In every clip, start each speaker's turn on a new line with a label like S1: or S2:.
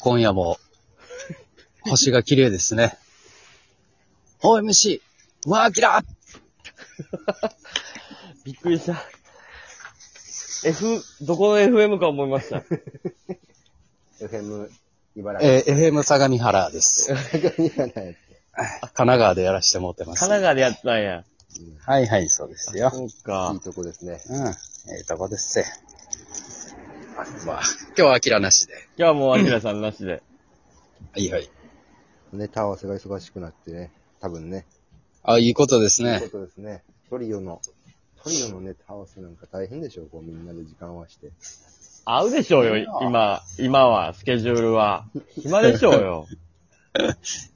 S1: 今夜 も、星が綺麗ですね。OMC! ワーキラー
S2: びっくりした。F、どこの FM か思いました。
S3: FM 茨城。
S1: えー FM 相模原です。
S3: え、じゃないって。
S1: 神奈川でやらしてもらってま
S2: 神
S1: す。
S2: 奈川でやったんや。
S1: はいはい、そうですよ。
S2: そうか
S3: いい。とこですね。
S1: うん。ええとこですせ。まあ、今日はアキラなしで。
S2: 今日はもうアキラさんなしで。
S1: はいはい。
S3: ネタ合わせが忙しくなってね。多分ね。
S1: あ、いいことです
S3: そういうこ
S1: ね。
S3: とですね。トリオの、トリオのネタ合わせなんか大変でしょこうみんなで時間をして。
S2: 合うでしょうよ、今、今は、スケジュールは。暇でしょうよ。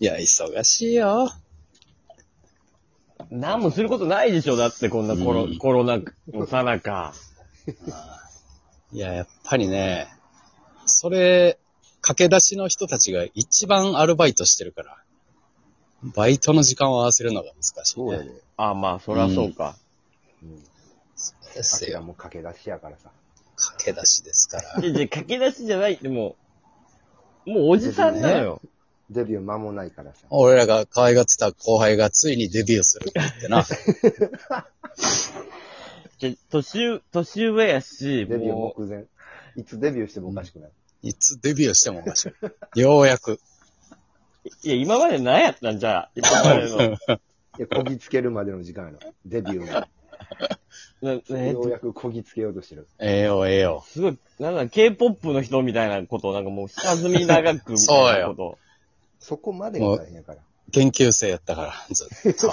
S1: いや、忙しいよ。
S2: 何もすることないでしょ、だってこんなコロ,、
S1: うん
S2: コロナのさなか。
S1: いや、やっぱりね、それ、駆け出しの人たちが一番アルバイトしてるから、バイトの時間を合わせるのが難しい、ね。
S3: そうやで。
S2: あ、まあ、そりゃそうか。
S3: うん。
S1: で
S3: あ
S1: す
S3: きら
S1: よ。
S3: も駆け出しやからさ。
S1: 駆け出しですから。
S2: いやいや駆け出しじゃないって、もう、もうおじさんなのよ。
S3: デビュー間もないからさ。
S1: 俺らが可愛がってた後輩がついにデビューするって な。
S2: いや年上、年上やし、
S3: デビュー
S2: もう、
S3: 目前。いつデビューしてもおかしくない。
S1: いつデビューしてもおかしい。ようやく。
S2: いや、今まで何やったんじゃあ、今までの。
S3: いや、こぎつけるまでの時間やろ。デビュー
S2: な
S3: を。
S2: えっ
S3: よ
S2: と
S3: うやくこぎつけようとしてる。
S1: ええよ、ええよ。
S2: すごい、なんか K-POP の人みたいなことを、なんかもう下積み長くみたいなこと。
S3: そこまでが大変やから。
S1: 研究生やったから、ずっと。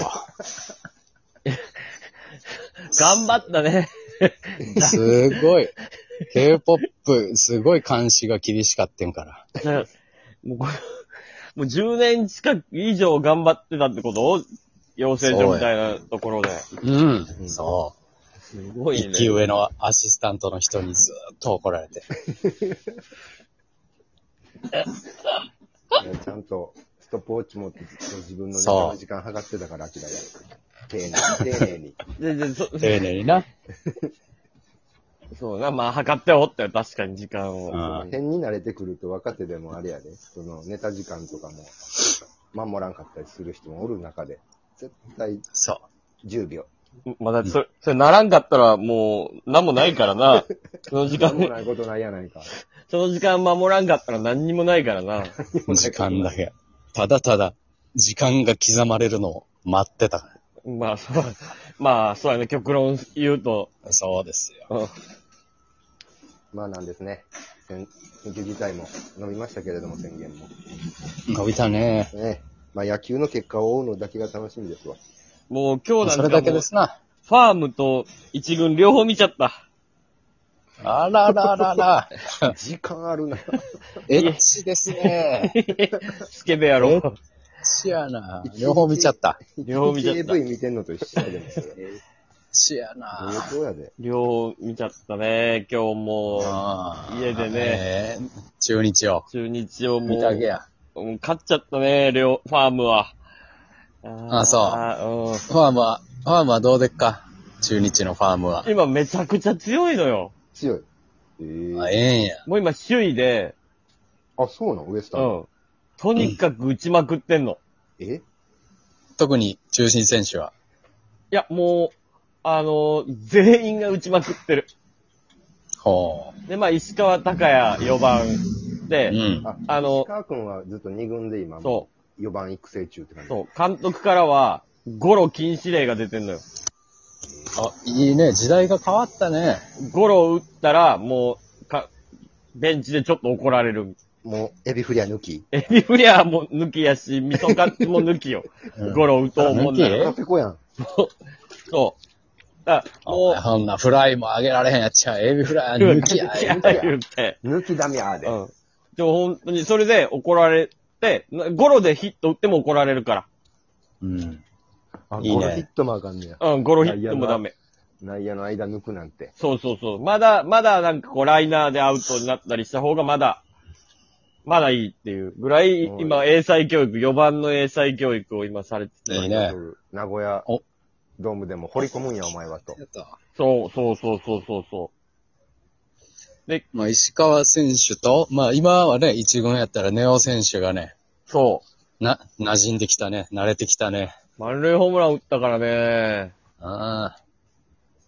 S2: 頑張ったね。
S1: すごい。K-POP、すごい監視が厳しかってんから。
S2: だからもうこれ、もう10年近く以上頑張ってたってことを、養成所みたいなところで。
S1: うん。
S3: うん
S1: そう。
S2: すごいね。
S1: 一級上のアシスタントの人にずーっと怒られて。
S3: いやちゃんとストップウォッチ持ってずっと自分のネタの時間計ってたから、明らかに。丁寧に、丁寧に。
S2: ででそ
S1: 丁寧にな。
S2: そうな、まあ、測っておったよ、確かに時間を。
S1: うん
S3: 変に慣れてくると若手でもあれやで、そのネタ時間とかも守らんかったりする人もおる中で、絶対
S1: そう。
S3: 10秒。
S2: まあだってそれ、それならんかったら、もう、なんもないからな。 その時
S3: 守
S2: 間、
S3: らんことないやないか。
S2: その時間守らんかったら何にもないからな。
S1: 時間だけ。 ただただ、時間が刻まれるのを待ってたか
S2: まあ、そう、 まあ、そうやね、極論言うと。
S1: ら。そうですよ。
S2: うん
S3: まあなんですね。先緊急事態も伸びましたけれども、宣言も。
S1: 伸びたね。
S3: ね。まあ野球の結果を追うのだけが楽しみですわ。
S2: もう今日なんか
S1: それだけ
S2: も
S1: で
S2: う
S1: すな。
S2: ファームと一軍両方見ちゃった。
S1: あらららら。
S3: 時間あるな。
S1: エッチですね。エッ
S2: スケベやろ。
S1: チやな。両方見ちゃった。
S2: 両方見ちゃった
S3: AV 見てんのと一緒やでもそれ。
S1: エッチや
S3: 同
S1: な。
S3: 等やで。
S2: 両方見ちゃったね、今日も。
S1: あー
S2: 家でね。
S1: えー中日を。
S2: 中日をも
S1: 見たげ
S2: う、
S1: や。
S2: うん勝っちゃったね、両、ファームは。あ
S1: あそう
S2: う。
S1: ファームは、ファームはどうでっか中日のファームは。
S2: ん。今めちゃくちゃ強いのよ。
S3: 強い。えー
S1: あええんや。
S2: もう今首位で、
S3: あ、そうなんウエスタ
S2: う
S3: ン。
S2: ん。とにかく打ちまくってんの。
S3: え
S1: 特に中心選手は。
S2: いや、もう、あの全員が打ちまくってる。
S1: ほ
S2: で、まあ、石川隆也4番
S1: う。う
S2: で、
S1: ん。
S3: あ、
S2: あの
S3: 石川君はずっと2軍で今、
S2: そ
S3: 4番育成中って感
S2: う、
S3: じ。
S2: そう、監督からは、ゴロ禁止令が出てんのよ。
S1: あ、いいね。時代が変わったね。
S2: ゴロを打ったら、もう、か、ベンチでちょっと怒られる。
S3: もう、エビフリア抜き。
S2: エビフリアも抜きやし、ミソカツも抜きよ。
S1: うん
S2: ゴロ打とうもんな
S1: え
S2: ら。
S3: あ、ペコやん。
S2: そう。だからも
S1: あそんなフライも上げられへんやっちゃう。エビフライ
S2: う、
S1: 抜き や。
S2: や
S1: 言うて
S2: 言って。
S3: 抜きダメやで。
S2: うん。でも本当に、それで怒られて、なゴロでヒット打っても怒られるか
S1: うん。
S3: あ、
S1: いいね
S3: ゴロヒットもあかんねや。
S2: ら。うん、ゴロヒットもダメ。
S3: 内野の間抜くなんて。
S2: そうそうそう。まだ、まだなんかこう、ライナーでアウトになったりした方がまだ、まだいいっていうぐらい、
S3: うん
S2: 今、英才教育、4番の英才教育を今されてて。
S1: いいね。
S3: 名古屋
S1: お
S3: ドームでも掘り込むんや、お前はと。
S2: そうそうそうそうそうそう。で、
S1: まあ、石川選手と、まあ、今はね、一軍やったらネオ選手がね、
S2: そ
S1: な、馴染んできたね。慣れてきたね。
S2: う。満塁ホームラン打ったからね。
S1: うん。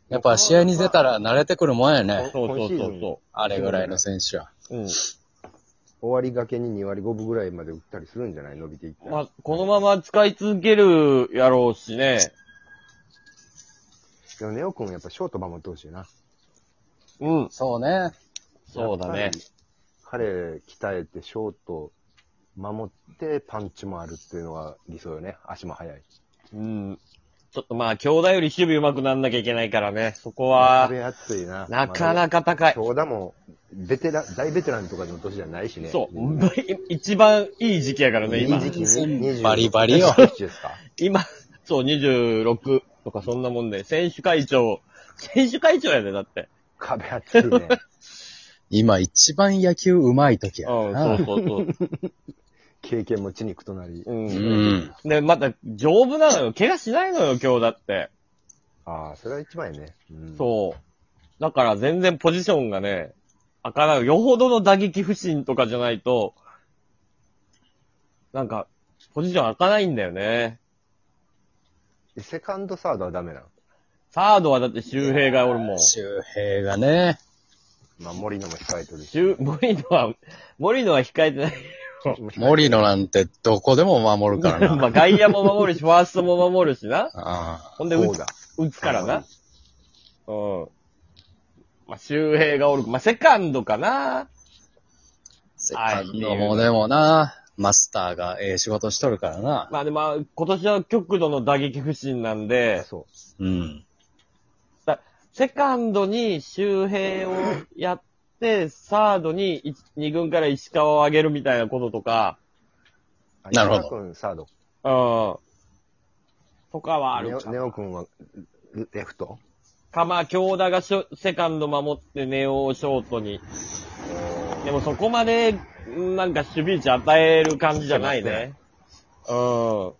S1: やっぱ試合に出たら慣れてくるもんやね。
S2: そうそう
S3: 今
S2: そ
S3: シー
S2: う
S3: ズン
S2: そ
S1: あれぐらいの選手は。
S2: う。うん。
S3: 終わりがけに2割5分ぐらいまで打ったりするんじゃない伸びていったら。
S2: まあ、このまま使い続けるやろうしね。
S3: でもネオ君やっぱショート守ってほしいな。
S2: うん。
S1: そうね。
S2: そうだね。。
S3: 彼、鍛えてショート守ってパンチもあるっていうのが理想よね。足も速い。
S2: うん。ちょっとまあ、兄弟より守備上手くなんなきゃいけないからね。そこは
S3: 食べ、やすいな。
S2: なかなか高い。
S3: 長田も、ベテラン、大ベテランとかの年じゃないしね。
S2: そう。一番いい時期やからね、
S3: いい
S2: 今。
S3: 時期
S1: うん
S3: に
S1: バリバリよ
S3: ですか
S2: 今、 そう、26とかそんなもんで、選手会長、選手会長やで、だって。
S3: 壁厚い ね。
S1: 今一番野球うまい時や
S2: うん、
S1: な。
S2: そうそうそう。
S3: 経験も血肉となり。
S2: う。
S1: うんん。
S2: で、また、丈夫なのよ。怪我しないのよ、今日だって。
S3: ああ、それは一番やね。うん
S2: そう。だから全然ポジションがね、開かない。よほどの打撃不振とかじゃないと、なんか、ポジション開かないんだよね。
S3: でセカンド、サードはダメな
S2: サードはだって周平が俺もう、
S1: 周平がね。
S3: の。守りのも控えとるし。
S2: 周森野は、森野は控えてない。
S1: 森野なんてどこでも守るから
S2: ま
S1: な。
S2: あ外野も守るし、ファーストも守るしな。
S1: あ
S2: ほんで、打
S3: そう
S2: つ
S3: だ。、
S2: 打つからな。うん。まあ、周平がおる。まあ、セカンドかな。
S1: セカンドもでもな、マスターがええ仕事しとるからな。
S2: まあ、でも、今年は極度の打撃不振なんで、
S3: そ
S1: うん。
S2: セカンドに周平をやって、サードに一二軍から石川を上げるみたいなこととか、
S3: う。
S1: なるほど
S3: 石川君、サード。
S2: うん。とかはあ
S3: ネ
S2: る
S3: オ
S2: か
S3: ネ
S2: な。
S3: オ君は、レフト
S2: か、まあ、京田がショセカンド守って、ネオをショートに。でもそこまで、んなんか守備位置与える感じじゃないね。うん。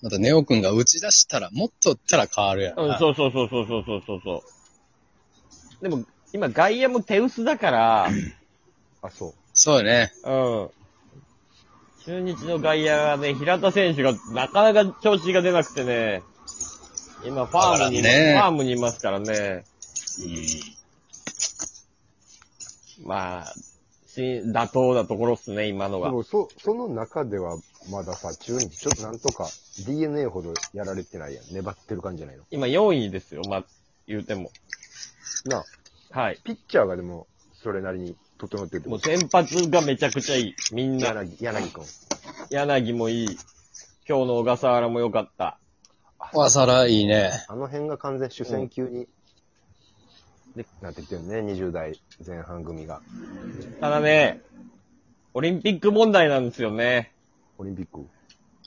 S1: またネオ君が打ち出したら、もっと打ったら変わるや
S2: うん、
S1: ん。
S2: そうそうそうそうそうそうそうそう。でも、今外野も手薄 だから、
S3: あ、そう。
S1: そうよね。
S2: うん。中日の外野はね、平田選手がなかなか調子が出なくてね、今ファームに、
S1: あらね
S2: ファームにいますからね。
S1: うん。
S2: まあ、し妥当なところっすね、今の
S3: で
S2: が。
S3: も、そ、その中では、まださ、中日、ちょっとなんとか、DNA ほどやられてないやん。粘ってる感じじゃないの。
S2: 今4位ですよ、まあ、言うても。
S3: なあ、
S2: はい。
S3: ピッチャーがでも、それなりに整ってるって
S2: も
S3: こ
S2: う
S3: と。
S2: 先発がめちゃくちゃいい。みんな。
S3: 柳、柳君。
S2: 柳もいい。今日の小笠原も良かった。
S1: わさらいいね。
S3: あの辺が完全主戦級に、
S2: うん
S3: なってきてるね。20代前半組が。
S2: ただね、オリンピック問題なんですよね。
S3: オリンピック。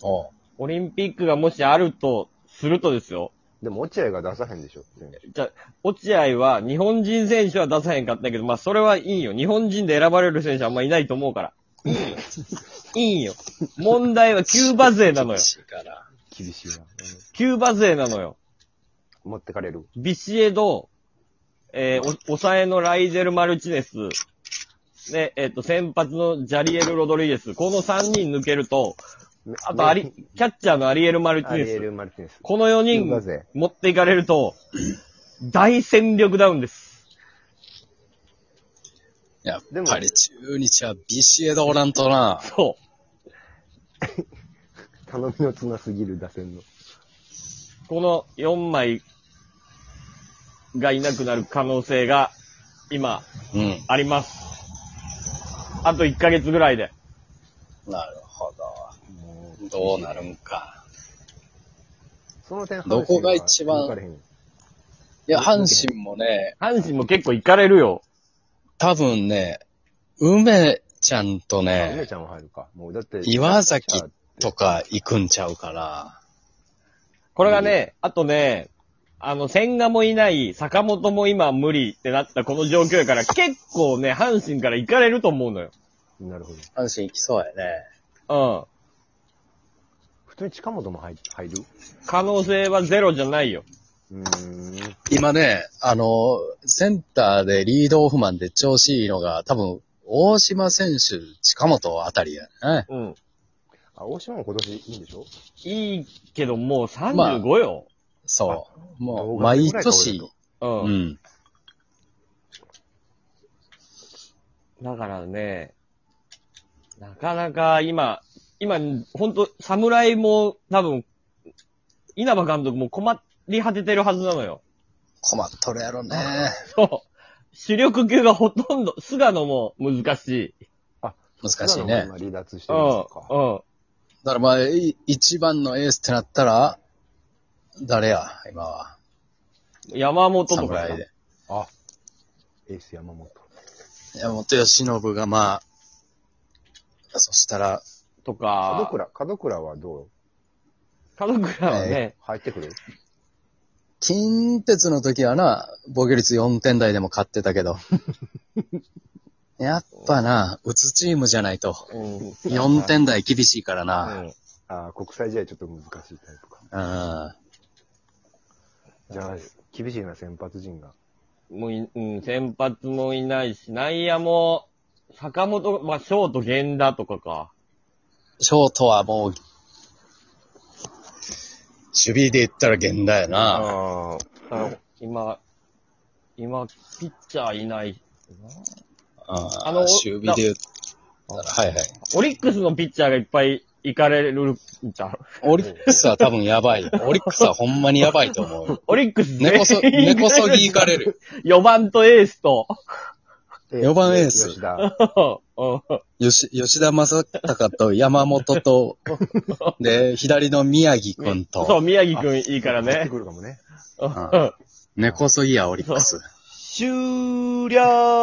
S1: おう
S2: オリンピックがもしあると、するとですよ。
S3: でも、落合が出さへんでしょって。
S2: じゃあ、落合は日本人選手は出さへんかったけど、まあそれはいいよ。日本人で選ばれる選手はあんまいないと思うから。いいよ。いいよ。問題はキューバ 勢なのよ。
S1: から
S3: 厳しいな。
S2: キューバ勢なのよ。
S3: 持ってかれる。
S2: ビシエド、えー、お、抑えのライゼル・マルチネス、で、えっ、と、先発のジャリエル・ロドリゲス。この3人抜けると、あとアリ、キャッチャーのアリエル・マルチ
S3: ア
S2: ネ
S3: リエ
S2: ス。
S3: ル・マルティネス。
S2: この4
S3: キューバ
S2: 人
S3: 勢
S2: 持っていかれると、大戦力ダウンです。
S1: やっぱり中日はビシエドおらんとな。
S2: そ
S3: 頼みの綱すぎる打線の。
S2: う。この4枚がいなくなる可能性が今
S1: うん。
S2: あります。あと1ヶ月ぐらいで。
S1: なるほ
S3: も
S1: ど。どうなるんか。
S3: うその点、
S1: どこが一番
S3: 阪神は抜かれへん
S1: いや、阪神もね、
S2: 阪神も結構行かれるよ。
S1: 多分ね、梅ちゃんと
S3: あ梅
S1: ね、
S3: ちゃんは入るか。もうだって。
S1: 岩崎とか行くんちゃうから。
S2: これがね、あとね、あの、千賀もいない、坂本も今無理ってなったこの状況やから、結構ね、阪神から行かれると思うのよ。
S3: なるほど。
S1: 阪神行きそうやね。
S2: う
S3: 普通に近本も入入る
S2: ん。可能性はゼロじゃないよ。
S3: うーん。
S1: 今ね、あの、センターでリードオフマンで調子いいのが、多分、大島選手、近本あたりやね。
S2: うん。
S3: あ、大島も今年いいんでしょ
S2: いいけど、もう
S1: まあ
S2: 35よ。
S1: そう。も
S3: 同
S1: う、
S3: 学年
S1: 毎
S3: ぐらいか俺
S1: 年
S3: と、
S1: う
S2: うん。
S1: ん。
S2: だからね、なかなか今、今、ほんと、侍も多分、稲葉監督も困り果ててるはずなのよ。
S1: 困っとるやろね。
S2: そう。主力級がほとんど、菅野も難しい。
S1: 難しい
S3: 菅野
S1: ね
S3: も。今離脱して
S2: う
S3: るん
S2: ん。う
S3: で
S2: ん
S3: すか。。
S1: だからまあ、い一番のエースってなったら、誰や、今は。
S2: 山本とか
S1: 侍。で。
S3: あ、エース山本。
S1: 山本由伸がまあ、そしたら、
S2: とか
S3: 門。倉、門倉はどう
S2: 門倉はね、
S3: 入ってくる
S1: 近鉄の時はな、防御率4点台でも勝ってたけ ど。やっぱな、打つチームじゃないと。
S2: うん。
S1: 4点台厳しいから
S2: う
S1: な。
S2: ん。
S3: あー国際試合ちょっと難しいタイプか。
S1: うん。
S3: じゃあ、厳しいな、先発陣が。
S2: もうい、うん、先発もいないし、内野も、坂本、まあ、ショート、源田とかか。
S1: ショートはもう、守備で言ったら源田やな。
S2: ああ。今、今、ピッチャーいない。
S1: あ
S2: あ
S1: あの、
S2: の
S1: 守備で言ったら、はいはい。
S2: オリックスのピッチャーがいっぱい行かれるんちゃう
S1: オリックスは多分やばいよ。 オリックスはほんまにやばいと思うよ。
S2: オリックス
S1: 根 こそ、 根こそぎ行かれる。
S2: 4番とエースと、
S1: 四番エース
S3: 吉田。
S2: うん
S1: 吉吉田正隆と山本 と、で、左の宮城くん
S2: そう、
S1: と、
S2: 宮城くんいいから
S3: 入って
S2: ね。
S3: くるかもね。
S2: うん
S1: 根こそぎやオリックス。
S2: 終了